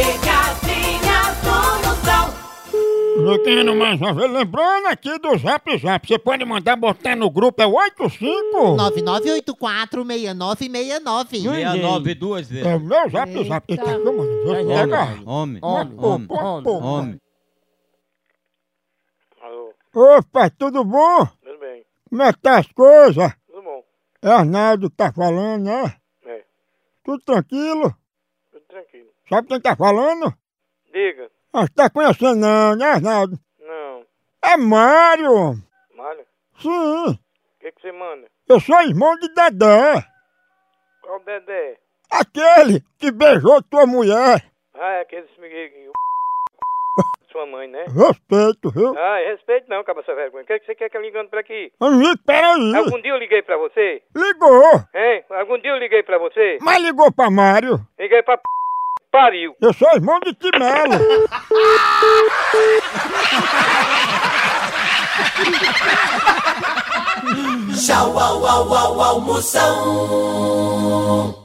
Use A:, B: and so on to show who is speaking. A: Pegadinha do Moção.
B: Juliano mais uma vez, lembrando aqui do Zap Zap, você pode mandar botar no grupo, é
C: Hum,
B: 85?
D: 99846969.
C: 69 duas
B: É
C: vezes.
B: o meu Zap Zap. Eita, como? Vou pegar.
C: Homem,
B: Homem,
C: homem,
B: homem,
C: homem,
B: homem.
C: homem.
E: Alô,
B: Opa, tudo bom?
E: tudo bem?
B: Como é que tá as coisas?
E: Tudo bom?
B: É Arnaldo que tá falando, né?
E: É,
B: Tudo tranquilo?
E: tudo tranquilo.
B: Sabe quem tá falando?
E: Diga.
B: Ah, tá conhecendo não, né Arnaldo?
E: Não.
B: É Mário!
E: Malha,
B: Sim,
E: o que, que você manda?
B: eu sou irmão de Dedé.
E: Qual o Dedé?
B: Aquele que beijou tua mulher.
E: Ah, é aquele Miguel. Sua mãe, né?
B: Respeito, viu?
E: Ah, respeito não, caba essa vergonha. O que, que você quer que eu ligando pra aqui?
B: Henrique, peraí.
E: Algum dia eu liguei pra você?
B: Ligou,
E: Hein? Algum dia eu liguei pra você?
B: mas ligou pra Mário.
E: Liguei pra p... pariu.
B: Eu sou irmão de Timelo.
A: Tchau, au, au, au, au, Moção.